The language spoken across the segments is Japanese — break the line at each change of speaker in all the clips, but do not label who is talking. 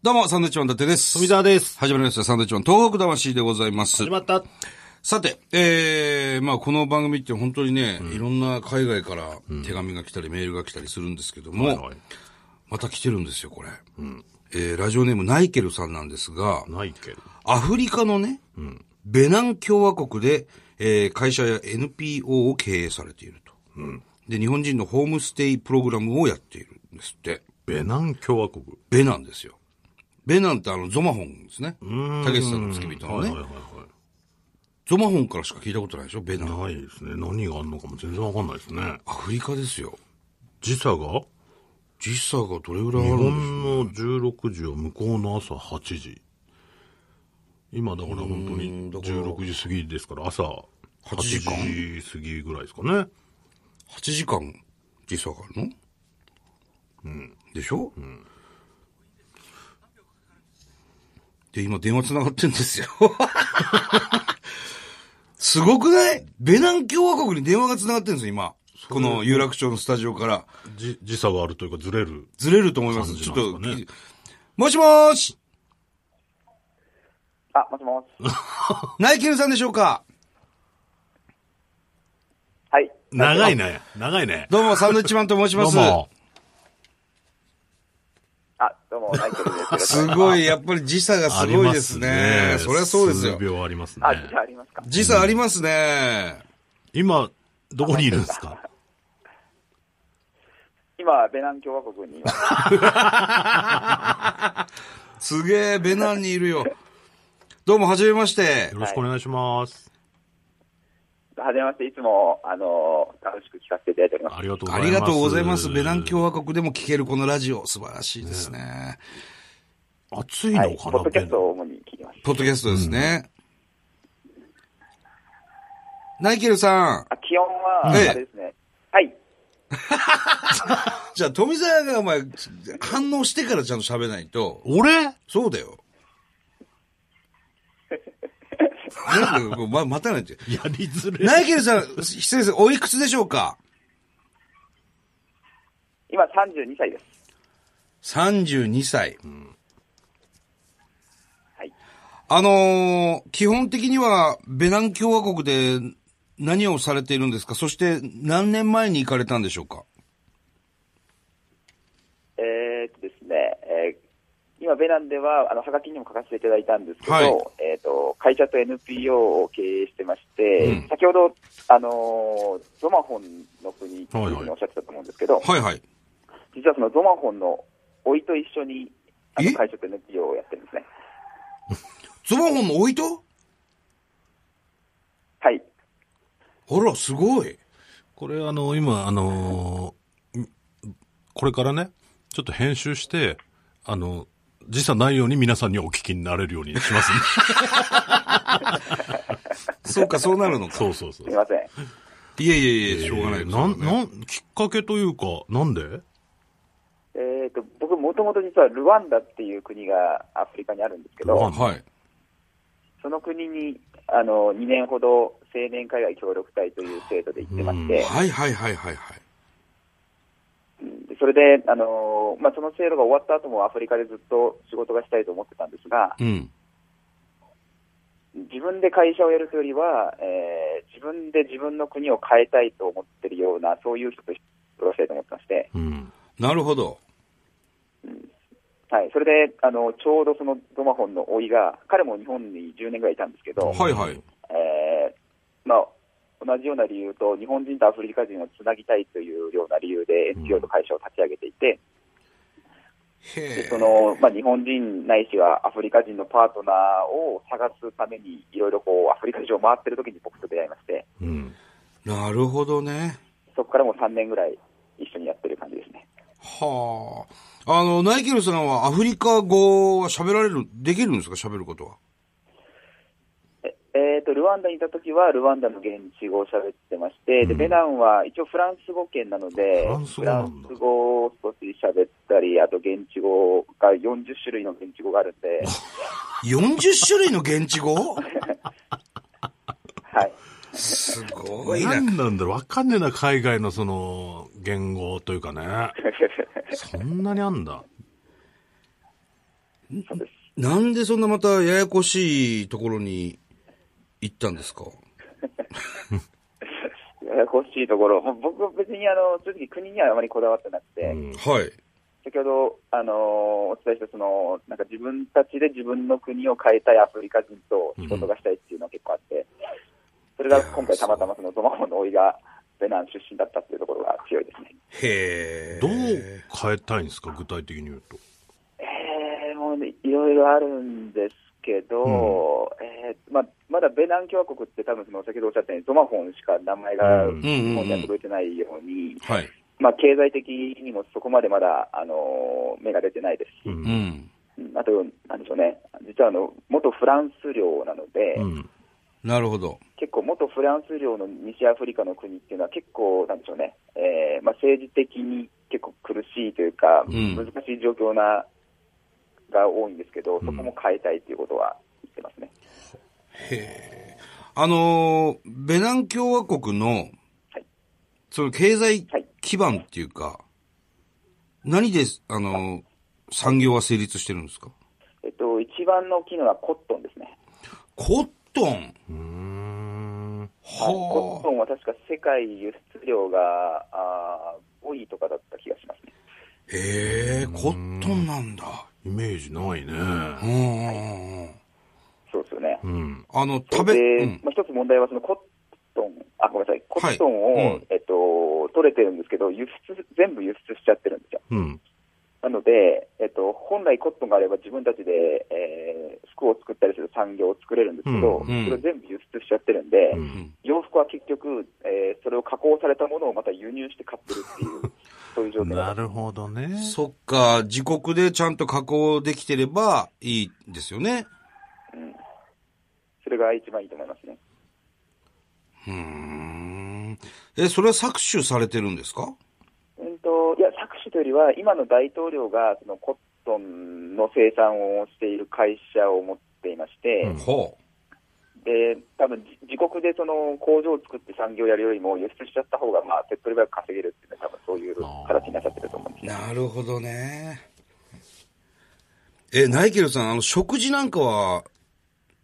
どうも、サンドウィッチマン伊達です。
富澤です。
始まりました、サンドウィッチマン東北魂でございます
始。まった。
さて、えー、まあこの番組って本当にね、いろんな海外から手紙が来たり、メールが来たりするんですけども、
はい
また来てるんですよ、これ。えー、ラジオネームナイケルさんなんですが、
ないけど。
アフリカのね、ベナン共和国で、えー会社や NPO を経営されていると、で、日本人のホームステイプログラムをやっているんですって。
ベナン共和国。
ベナンですよ。ベナンってあの、ゾマホンですね。たけしさんの付き人のね、
はいはい
ゾマホンからしか聞いたことないでしょ、ベナン。
はい。ないですね。何があるのかも全然わかんないですね。
アフリカですよ。
時差が
時差がどれぐらいあ
日
るの
本の16時は向こうの朝8時。今だから本当に16時過ぎですから、朝8
8時間
時過ぎぐらいですかね。
?8 時間時差があるのでしょで、今電話繋がってんですよ。 すごくないベナン共和国に電話が繋がってんですよ、今。この有楽町のスタジオから。
じ時差があるというかずれる。
ずれると思います。
感
ち
じ
ょっ
なんです
と
かね
き、もしもーし
あ、もしもし。
ナイケルさんでしょうか
はい。
長いね。長いね。
どうも、サンドウィッチマンと申し
ど
ま
う
す。
も。
あ、どうも、ナイトルです。よろしくお願いし
すごい、やっぱり時差がすごいですね。そりゃそうですよ
数。秒ありますね
ます。あ、。時差ありますか。
時差ありますね。
今、どこにいるんですか
今、ベナン共和国にいます。
すげえ、ベナンにいるよ。どうも、はじめまして
よ。ろしくお願いします。
はじめまして、いつも、あの楽しく聞かせていただいております。
ありがとうござ
あ
います。
りがとうございます。ベナン共和国でも聴けるこのラジオ、素晴らしいですね。
暑い
は
の
い。
か
ポ
な、
ッドキャストを主に聞きまし
ポ
た。
ッドキャストですね。ナイケルさん。
あ、気温は、あ
ええ
れですね。はい。
じゃあ、富澤がお前、反応してからちゃんと喋らないと。
俺
そうだよ。なんかこう、ま、待たないって。
やりづれ
ナイケルさん、失礼です。おいくつでしょうか
今、32歳です。
?32 歳。
はい。
あのー基本的には、ベナン共和国で何をされているんですかそして、何年前に行かれたんでしょうか
えーっとですね、えー今、ベナンでは、あの、はがきにも書かせていただいたんですけど、
はい
えーっと、会社と NPO を経営してまして、先ほど、あのゾマホンの国っていうふうにおっしゃってたと思うんですけど、
はいはい。
実はそのゾマホンの老いと一緒に、あ
え
の会食 NPO をやってるんですね。
ゾマホンのおいと
はい。
あら、すごい。
これあの、今、あのーんこれからね、ちょっと編集して、あの、時差ないように皆さんにお聞きになれるようにしますね。
そうか、そうなるのか。
そうそうそう
すみ。ません。
いえいえいえ、しょうがない
え
で
ー
す
な
よ
ん、
ね
なん、きっかけというか、なんで
えっ、と、僕もともと実はルワンダっていう国がアフリカにあるんですけ
ルワン
ど
ダ、
はい。
その国に、あの、2年ほど青年海外協力隊という制度で行ってまして、
はいはいはいはいはい。
でそれで、あの、まあ、その制度が終わった後もアフリカでずっと仕事がしたいと思ってたんですが、
うん。
自分で会社をやるというよりは、えー自分で自分の国を変えたいと思ってるような、そういう人と仕事をしたいと思ってまして、
うん。
なるほど。
はい、それであのちょうどそのドマホンの老いが、彼も日本に10年ぐらいいたんですけど、
はいはい。
えーまあ、同じような理由と、日本人とアフリカ人をつなぎたいというような理由で、
うん
NPO の会社を立ち上げていて、
へ
で
え。
そのまあ、日本人ないしはアフリカ人のパートナーを探すために、いろいろこうアフリカ人を回ってる時に僕と出会いまして、
うん。
なるほどね。
そこからもう3年ぐらい一緒にやってる感じですね。
はあ。あの、ナイケルさんはアフリカ語は喋られる、できるんですか喋ることは。
ええー、とルワンダにいた時はルワンダの現地語を喋ってまして、でベナンは一応フランス語圏なので
フランス語
フ
な
ラ
ん
ン
だ
ス語を少し喋ったりあと現地語が40種類の現地語があるん で、
40種類の現地語
はい、
すごいな。
何なんだろう、わかんねえな、海外のその、言語というかね。そんなにあんだ。
そうです。
なんでそんなまたややこしいところに行ったんですか
ややこしいところ、もう僕は別にあの正直国にはあまりこだわってなくて、
うん
はい。
先ほど、あのーお伝えしたその、なんか自分たちで自分の国を変えたいアフリカ人と仕事がしたいっていうのは結構あって、それが
い
今
やー
回たまたまそのドマホンの老いがベナン出身だったっていうところが強いですね。
へえ。
どう変えたいんですか、具体的に言うと。
えー、もうねいろいろあるんですけど、えーままだベナン共和国って多分その先ほどおっしゃったようにドマホンしか名前が
うん
うん
日
うん、う
本には
ん
届。いてないように、
はい。
まあ、経済的にもそこまでまだ、あのー芽が出てないですし、
うん
うん。
あと、なんでしょうね、実はあの元フランス領なので、
うん。
なるほど。
結構、元フランス領の西アフリカの国っていうのは、結構、なんでしょうね、えーまあ、政治的に結構苦しいというか、
うん
難しい状況なが多いんですけど、そこも変えたいということは言ってますね。
あのーベナン共和国の
はい、
その経済
はい
基盤っていうか、何で、あのー産業は成立してるんですか
えっと、一番の大きいのはコットンですね。
コットン
うーん。
はいコット
は
ンは確か世界輸出量があー5位とかだった気がしますね。
あ。へえ、コットンなんだ。
イメージないね。
うんうんうん。
そうですよね。
うん。
あの、
そ
食
れで、
べ、うん
まあ、一つ問題はそのコットン、あ、ごめんなさい、コットンを、
はいうん
えっと、取れてるんですけど、輸出、全部輸出しちゃってるんですよ。
うん。
なので、えっと、本来コットンがあれば自分たちで、えー服を作ったりする産業を作れるんですけど、
うん
うん
それを全部輸出しちゃってるんで、
うん
洋服は結局、えーそれを加工されたものをまた輸入して買ってるっていう、そういう状態
な
なんです
るほどね。
そっか、自国でちゃんと加工できてればいいですよね。
それが一番いいと思いますね。
うーん。え、それは搾取されてるんですか
うんと、いや、搾取というよりは、今の大統領がそのコットンの生産をしている会社を持っていまして、
うん
ほ
で多分じ自国でその工場を作って産業をやるよりも、輸出しちゃった方がまあ手っ取り早く稼げるっていうのは、多分そういう形になっちゃってると思うんです
う。
ね。
なるほどね。え、ナイケルさん、あの、食事なんかは、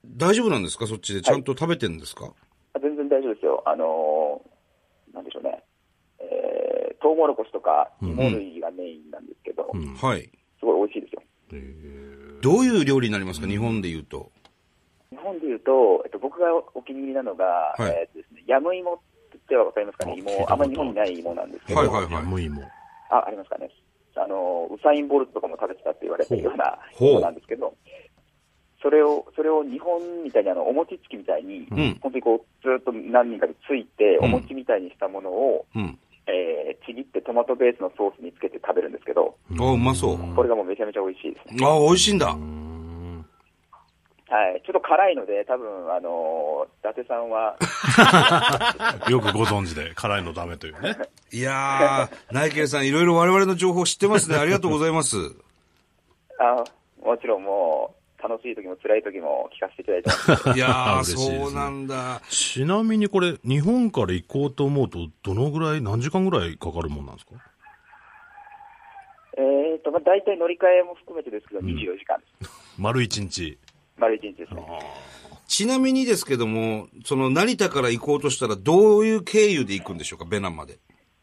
大丈夫なんですかそっちで。ちゃんと食べてるんですか、
あ全然大丈夫ですよ、あのーなんでしょうね、えー、トウモロコシとか芋類がメインなんですけど、
うん
はい、
すごい美味しいですよ。
えー
どういう料理になりますか、日本で言うと。
日本でいうと、えっと、僕がお気に入りなのが、
はい
えーとですね、ヤムイモってわかりますかね、
あ聞いたこ
芋、
と
あんまり日本にない芋なんですけど、
はいはいはい
やむいも。
あ、ありますかね。あの、ウサイン・ボルトとかも食べてたって言われてるような
ほう
ものなんですけど、それを、それを日本みたいにあの、お餅つきみたいに、
うん
本当にこう、ずっと何人かでついて、
う
お
ん
餅みたいにしたものを、
うん。
えーちぎってトマトベースのソースにつけて食べるんですけど、
あ、うまそう。
これがもうめちゃめちゃ美味しいですね。
あ、美味しいんだ
うー。ん。
はい。ちょっと辛いので、多分、あの伊達さんは、
よくご存知で、 辛いのダメというね。
いやー、ナイケルさん、いろいろ我々の情報知ってますね。ありがとうござい ます。
あもちろんもう、楽しい時も辛い時も聞かせていただいてます。
いやー、
嬉しいですね
そうなんだ。
ちなみにこれ、日本から行こうと思うと、どのぐらい、何時間ぐらいかかるもんなんですか
えーと、まあ、大体乗り換えも含めてですけど、24時間です。
丸一日。
丸一日ですね。
ちなみにですけども、その成田から行こうとしたら、どういう経由で行くんでしょうか、ベナンまで。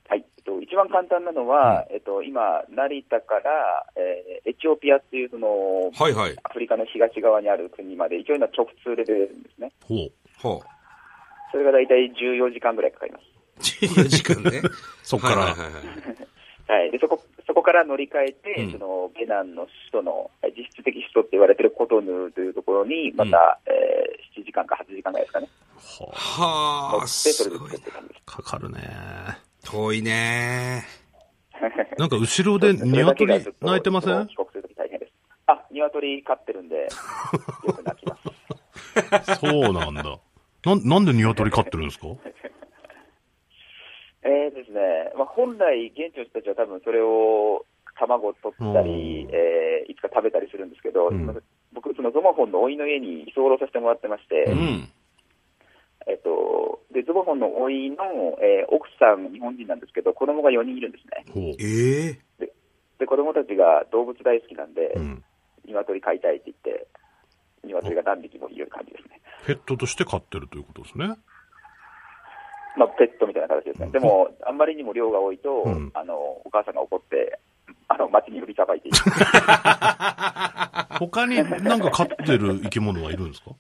はい、えっと、一番簡単なのは、えっと、今、成田から、えーエチオピアっていうその、
はいはい。
アフリカの東側にある国まで、一応今直通で出れるんですね。
ほう。
は
それが大体14時間ぐらいかかります。
あ。時間ね。
そっから
はいはいはいはい
はい、でそこそこから乗り換えて、
うん
そのベナンの首都の、えー実質的首都って言われてるコトヌーというところに、また、えー7時間か8時間ぐらいですかね、
はあ
はあ、
乗って、そ
す
れで
ご
作
い
っ
な
て。たんです。
かかるね。
遠いね
なんか後ろで鶏
それだけがちょっと
鳴いてません
帰国するとき大変です。あ、鶏飼ってるんで、よく鳴き ます。
そうなんだ。な、なんで鶏飼ってるんですか
えーですね、まあ、本来、現地の人たちは多分それを卵を取ったり、
うん
えーいつか食べたりするんですけど、
うん
僕、そのゾマホンの老いの家に居候させてもらってまして、
え。うん。
えっと、でゾマホンの老いの、えー奥さん、日本人なんですけど、子供が4人いるんですね。
ほう。
ええ
で、子供たちが動物大好きなんで、
うん。
鶏飼いたいって言って、鶏が何匹もいる感じですね。
ペットとして飼ってるということですね。
まあ、ペットみたいな形ですね。でも、あんまりにも量が多いと、
うん
あの、お母さんが怒って、あの、街に売りさばいている。
他になんか飼ってる生き物はいるんですか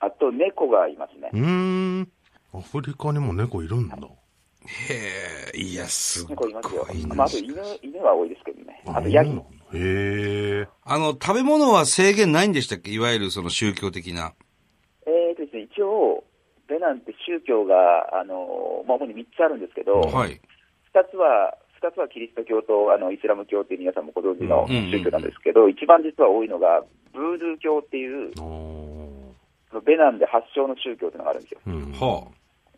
あと、猫がいますね
う。ーん。アフリカにも猫いるんだ。
へえ、いや、すっご
猫
い
いますよ。
な
まあ、あと犬、犬は多いですけどね。あと、
や
ヤギ。
へえ。
あの、食べ物は制限ないんでしたっけいわゆるその宗教的な。
えーとですね、一応、ベナンって宗教が、あの、まあ、主に3つあるんですけど、
はい。
2つは、二つはキリスト教とあのイスラム教っていう皆さんもご存知の
うんうんうん
宗教なんですけど、一番実は多いのが、ブードゥー教っていう、
あー
そのベナンで発祥の宗教っていうのがあるんですよ。
うん
は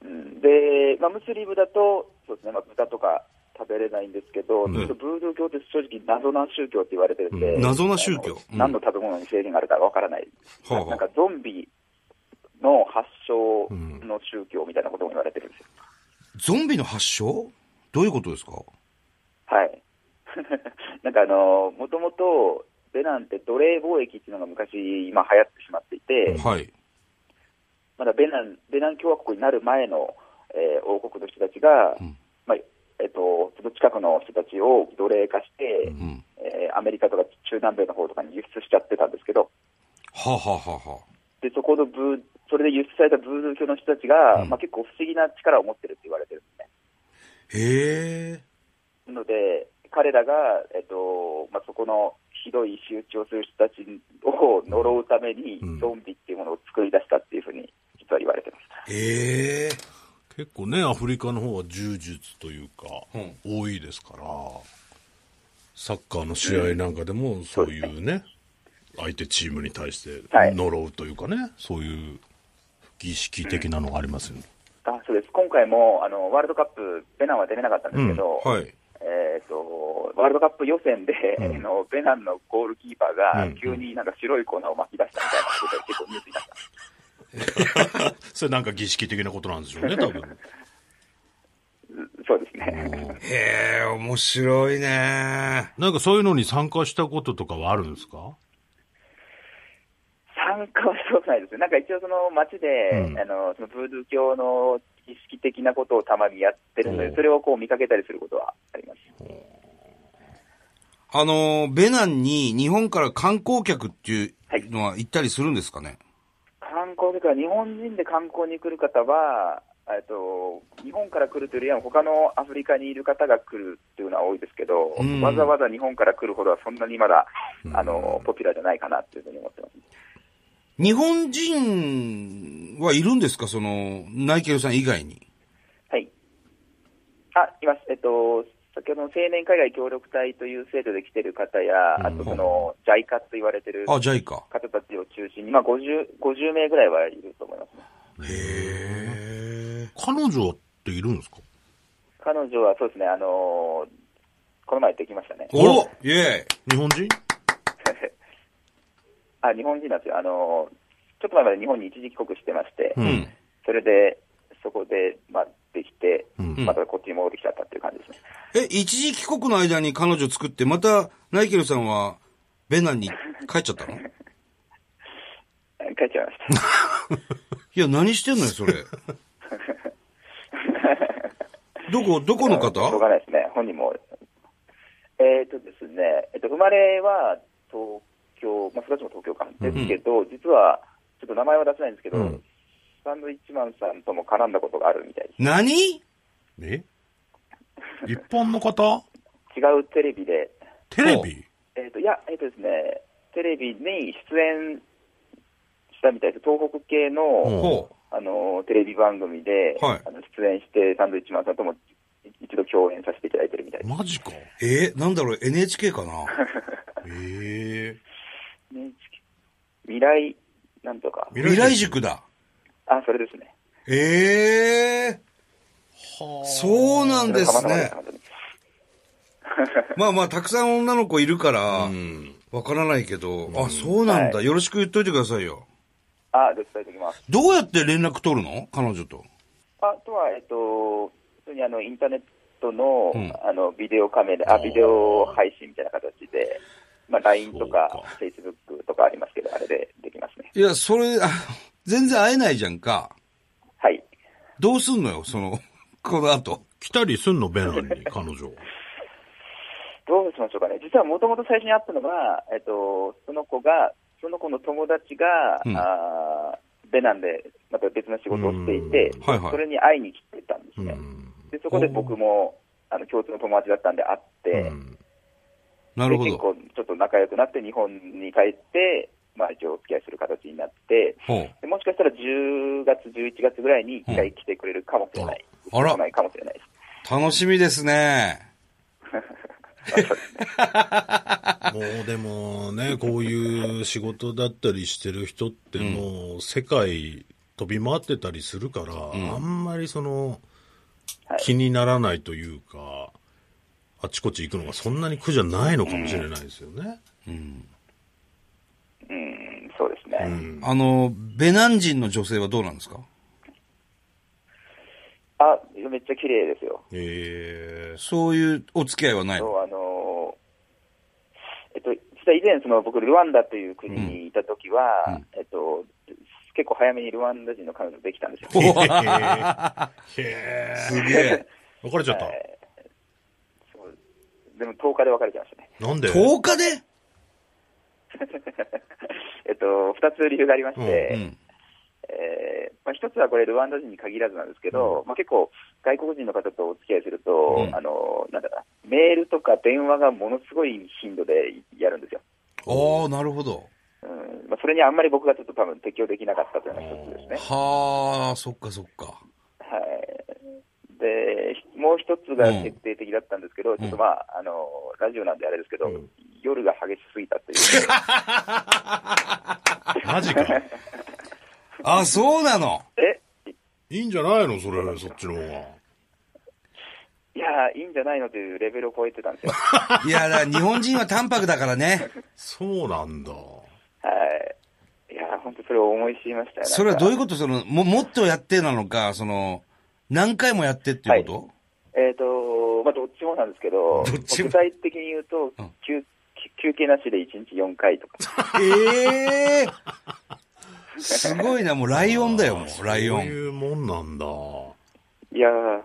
うんで、まあ、ムスリムだと、そうですね、まあ、豚とか食べれないんですけど、
うん
ちょっとブードゥー教って正直謎な宗教って言われてるんで、
うん
謎な宗教
あの何の食べ物に制限があるかわからない、
あ。はあ、
な
は
ん
あ
か。ゾンビの発祥の宗教みたいなことも言われてるんですよ。
ゾンビの発祥どういうことですか
はい。 なんかあの、もともと、ベナンって奴隷貿易っていうのが昔、まあ、流行ってしまっていて、
はい。
まだベナン、ベナン共和国になる前の、えー王国の人たちが、
うん
まあ、えっと、その近くの人たちを奴隷化して、
うん。
えーアメリカとか中南米の方とかに輸出しちゃってたんですけど、
はあ、はあはあは
で、そこのブー、それで輸出されたブードゥー教の人たちが、
うん
まあ、結構不思議な力を持ってるって言われてるんですね。
あ、へえ。
なので、彼らが、えっとまあ、そこのひどい仕打ちをする人たちを呪うために、
うん
ゾンビっていうものを作り出したっていうふうに、実は言われてます。
ええ。
結構ね、アフリカの方は柔術というか、
うん
多いですから、サッカーの試合なんかでもそういうね、相手チームに対して
はい
呪うというかね、そういう儀式的なのがありますよね。
あそうです今回もあのワールドカップ、ベナンは出れなかったんですけど、
はい。
えっとワールドカップ予選で、あのベナンのゴールキーパー
う
が
ん
急になんか白い粉を撒き出したみたいなことで、結構ニュースになった。
それなんか儀式的なことなんでしょうね、 多分。
そうですね。
へえ、面白いね。
なんかそういうのに参加したこととかはあるんですか
参加はそうないですね。なんか一応その街で、
うん
あのそのブードゥー教の儀式的なことをたまにやってるの
おう
で、それをこう見かけたりすることはあります。
あの、ベナンに日本から観光客っていうのは行ったりするんですかね、
観光というか、日本人で観光に来る方は、えっと、日本から来るというよりは、他のアフリカにいる方が来るっていうのは多いですけど、
うん
わざわざ日本から来るほどはそんなにまだ、あの、ポピュラーじゃないかなっていうふうに思ってます。
日本人はいるんですかその、ナイケルさん以外に。
はい。あ、います。えっと、先ほどの青年海外協力隊という制度で来てる方や、あとその、ジャイカと言われてる
あ、
方
ジャイカ。
たちを中心に、まあ50、50名ぐらいはいると思いますね。
へえ。
彼女っているんですか
彼女はそうですね、あのーこの前できましたね。
おイェイ
日本人
あ、日本人なんですよ。あのーちょっと前まで日本に一時帰国してまして、
うん。
それで、そこで、まあ、できて、
うん
またこっちに戻ってきちゃったっていう感じですね。
え、一時帰国の間に彼女作って、また、ナイケルさんは、ベナンに帰っちゃった のい
帰っちゃいました。
や、何してんのよ、そ れ。どこ、どこの方
しょうがないですね、本人も。えっ、とですね、えっと生まれは東京、まあ、育ちも東京かですけど、実は、ちょっと名前は出せないんですけど、
うん
サンドイッチマンさんとも絡んだことがあるみたいで
何
え一般の方
す。違うテレビで、
テレビ
えっ、と、いや、えっ、とですね、テレビに出演したみたいです。東北系
うん
の、
ほ
あの、テレビ番組で、
はい
あの出演して、サンドイッチマンさんとも一度共演させていただいてるみたいです。
マジか。
う。えーなんだろう、NHK かな
ええ
NHK 未来、なんとか。
未来塾だ。
あ、それですね。
ええ
は
そうなんです
様々
ね
す。本当に
まあまあ、たくさん女の子いるから
う、ん。
わからないけど、あ、そうなんだ。
は
よろしく言っといてくださいよ。
あ、で伝えておきます。
どうやって連絡取るの彼女と。
あとは、えっと、普通にあのインターネットの,、
うん
あのビデオカメラあ、ビデオ配信みたいな形で、まあ、LINE
そ
とか
うか
Facebook とかありますけど、あれでできますね。
いや、それ、あ全然会えないじゃんか。
はい。
どうすんのよ、その、 この後。
来たりすんの、ベナンに、彼女。
どうしましょうかね。実はもともと最初にあったのが、えっと、その子が、その子の友達が、
うん
あーベナンで、また別の仕事をしていて、
うんはいはい
それに会いに来てたんです
う
ね。
ん。
で、そこで僕も、あの、共通の友達だったんで会って、
うん
なるほ
で
ど
結。構ちょっと仲良くなって、日本に帰って、まあ一応お付き合いする形になって、
ほ
でもしかしたら10月、11月ぐらいに一回来てくれるかもしれない。
うんあら
来ないかもしれないです。
う。楽しみですね。
もうでもね、こういう仕事だったりしてる人ってもう世界飛び回ってたりするから、あんまりその、
はい
気にならないというか、あちこち行くのがそんなに苦じゃないのかもしれないですよね。
うん、そうですね。
あの、ベナン人の女性はどうなんですか
あ、めっちゃ綺麗ですよ。
え
そういうお付き合いはないの
そう、あのーえっと、実は以前、その僕、ルワンダという国にいたときは、えっと、結構早めにルワンダ人の彼女できたんですよ。
えー。へえ。
すげえ。
別れちゃった。
そうでも10日で別れちゃいましたね。
なんで
10日で
えっと、2つ理由がありまして、
うん。
えーまあ、一つはこれ、ルワンダ人に限らずなんですけど、まあ、結構、外国人の方とお付き合いすると、
うん
あのなんだろうなメールとか電話がものすごい頻度でやるんですよ、
ああ、なるほど。
うんまあ、それにあんまり僕がちょっと多分適応できなかったというのが一つですね。
はあ、そっかそっか。
はい、でもう一つが
うん
決定的だったんですけど、ちょっとまああの、ラジオなんであれですけど、
うん
夜が激しすぎた という、
マジか。
あ、そうなの。
え
いいんじゃないのそれ、そっちの方が。
いやー、いいんじゃないのというレベルを超えてたんですよ。
いや、だから日本人は淡白だからね。
そうなんだ。
はい、いやー、本当それを思い知りましたよ
それはどういう
こ
ことその、も、もっとやってなのか、その、何回もやってっていうこと、
とえっ、と、まあ、どっちもなんですけ
ど
ど、
っちも
具体的に言うと、
うん
休休憩なしで1日4回とか。
ええすごいな、もうライオンだよ、も
あー
う、ライオ
そう
ン。
いうもんなんだ。
いやー、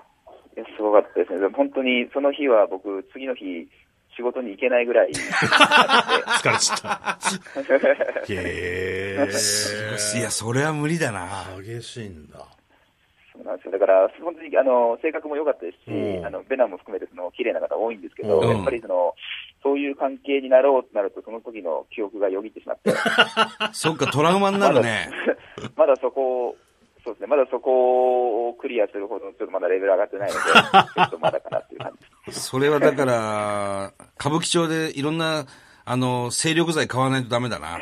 いやすごかったですね。でも本当にその日は僕、次の日、仕事に行けない ぐらい。
疲れちゃった。へえ。
いや、それは無理だな。
激しいんだ。
そうなんですよ。だから、本当に、あの、性格も良かったですし、
うん
あの、ベナンも含めて、その、綺麗な方多いんですけど、
うん
やっぱりその、そういう関係になろうとなると、その時の記憶がよぎってしまって、
そっか、トラウマになるね。
まだそこを、そうですね、まだそこをクリアするほど、ちょっとまだレベル上がってないので、ちょっとまだかなっていう感じ です。
それはだから、歌舞伎町でいろんな、あの、精力剤買わないとダメだな。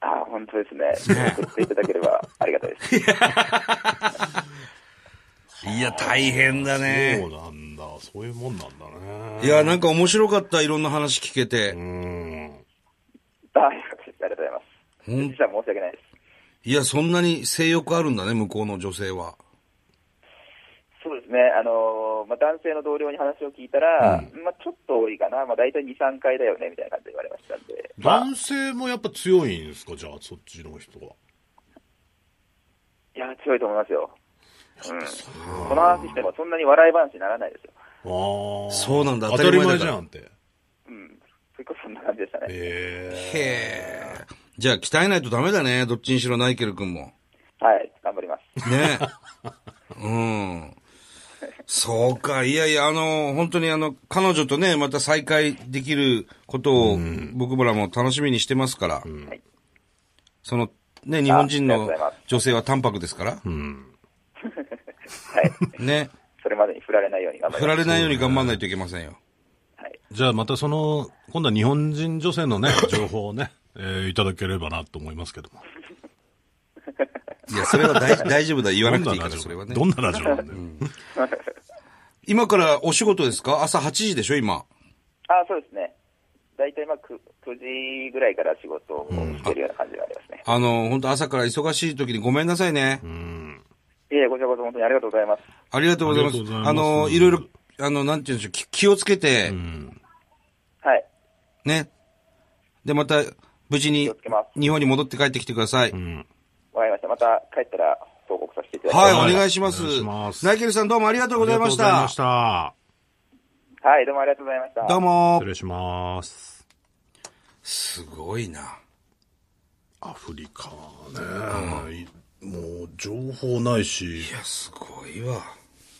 ああ、本当ですね。送っていただければありがたい です。
いや、大変だ
そ
ね
う。なんだ。そういうもんなんだね。
いや、なんか面白かった、いろんな話聞けて
う。ん。
ああ、ありがとうございます。
ほん
実は申し訳ないです。
いや、そんなに性欲あるんだね、向こうの女性は。
そうですね、あのまあ、男性の同僚に話を聞いたら、まあ、ちょっと多いかな、まあ、大体2、3回だよねみたいな感じで言われましたんで、まあ、
男性もやっぱ強いんですかじゃあ、そっちの人は。
いや、強いと思いますよ、うん、この話しても、そんなに笑い話にならないですよ、
ああ。
そうなんだ
当たり前
当たり前だ
じ
から
ゃんって。
うん、結構そんな感じでしたね、
へえ。
へえ。じゃあ、鍛えないとダメだね、どっちにしろナイケル君も。
はい、頑張ります、
ね。うん。そうか。いやいや、あの、本当にあの、彼女とね、また再会できることを、僕らも楽しみにしてますから。
はい
その、ね、日本人
ありが
の
とうございます
女性は淡白ですから。
うん。
はい、
ね。
それまでに振られないように頑張り
振
ま
られないように頑張らないといけませんよ。
す、はい、
じゃあまたその、今度は日本人女性のね、 情報をね、えーいただければなと思いますけども。
いや、それは大 大丈夫だ。言わなくていいから、
ど
それ
んな
は
ラ
ね
ジオ。どんなラジオなんだよ。
今からお仕事ですか朝8時でしょ、今。
あそうですね、大体まあ 9, 9時ぐらいから仕事をしてるような感じがありますね、
あの、本当朝から忙しい時にごめんなさいね。
いえいえ、こちらこそ本当にありがとうございます、
ありがとうございます。
あ
あ
りがとうございます
の、いろいろ、あの、なんて言うんでしょう、き気をつけて、
うん。
はい、
ね。で、また、無事
気
に
をつけます。
日本に戻って帰ってきてください。
わかりました。また帰ったら報告させていただきます。
はい、
はい
お願いします
お願いします
ナイケルさんどうもありがとうございまし
ありがとう
た。
ございました。
はい、どうもありがとうございました。
どうも
失。礼します。
すごいな。
アフリカはね、もう情報ないし、
いや、すごいわ。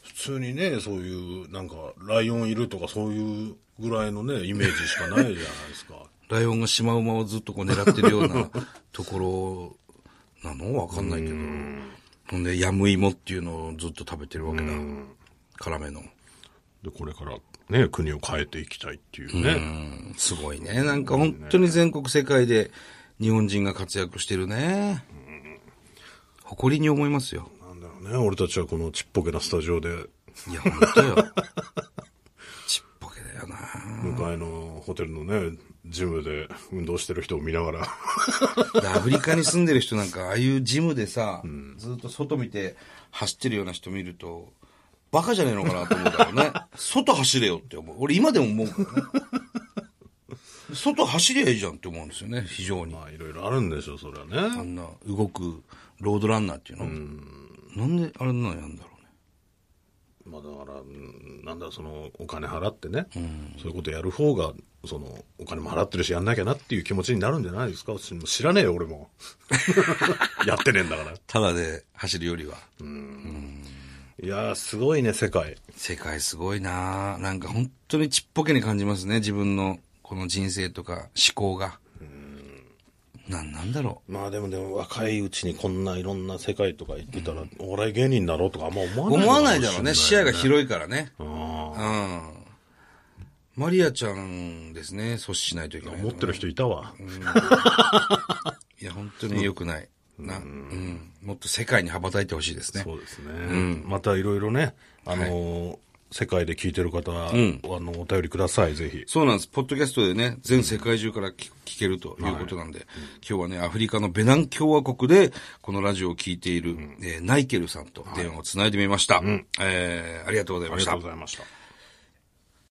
普通にね、そういう、なんか、ライオンいるとかそういうぐらいのね、イメージしかないじゃないですか。
ライオンがシマウマをずっとこう狙ってるよう なところなのわかんないけど。ほんで、ヤムイモっていうのをずっと食べてるわけだ。辛めの。
で、これからね、国を変えていきたいっていうね。
うんすごいね。なんか本当に全国世界で日本人が活躍してるね。誇りに思いますよ。
なんだろうね、俺たちはこのちっぽけなスタジオで、
いや、本当よ。ちっぽけだよな。
向かいのホテルのね、ジムで運動してる人を見ながら、
でアフリカに住んでる人なんか、ああいうジムでさ、ずっと外見て走ってるような人見ると、バカじゃねえのかなと思うから ね。外走れよって思う。俺今でも思うからね。外走りゃいいじゃんって思うんですよね、非常に。
まあいろいろあるんでしょう、それは
あ
ね。
んな動くロードランナーっていうの。なんであれなんやんだろうね。
まあだから、うんなんだ、その、お金払ってね、そういうことやる方が、その、お金も払ってるし、やんなきゃなっていう気持ちになるんじゃないですか。私も知らねえよ、俺 も。やってねえんだから。
ただで走るよりは。
いやー、すごいね、世界。
世界すごいななんか本当にちっぽけに感じますね、自分のこの人生とか思考が。なんなんだろう。
まあでもでも若いうちにこんないろんな世界とか行ってたら、お笑い芸人になろうとかあんま思わない
思わないだろうね。視野が
い。
広いからね。
あ
う
ー
ん。マリアちゃんですね。阻止しないといけない、
思ってる人いたわ。
いや、本当に良くない。な、うん。もっと世界に羽ばたいてほしいですね。
そうですね。またいろいろね、あのー世界で聞いてる方は、あの、お便りください、ぜひ。
そうなんです。ポッドキャストでね、全世界中から聞聞けるということなんで、今日はね、アフリカのベナン共和国で、このラジオを聞いている、えーナイケルさんと電話をつないでみました、えーありがとうござい
あ
ま
り
し
が
た
とうご。ざいました。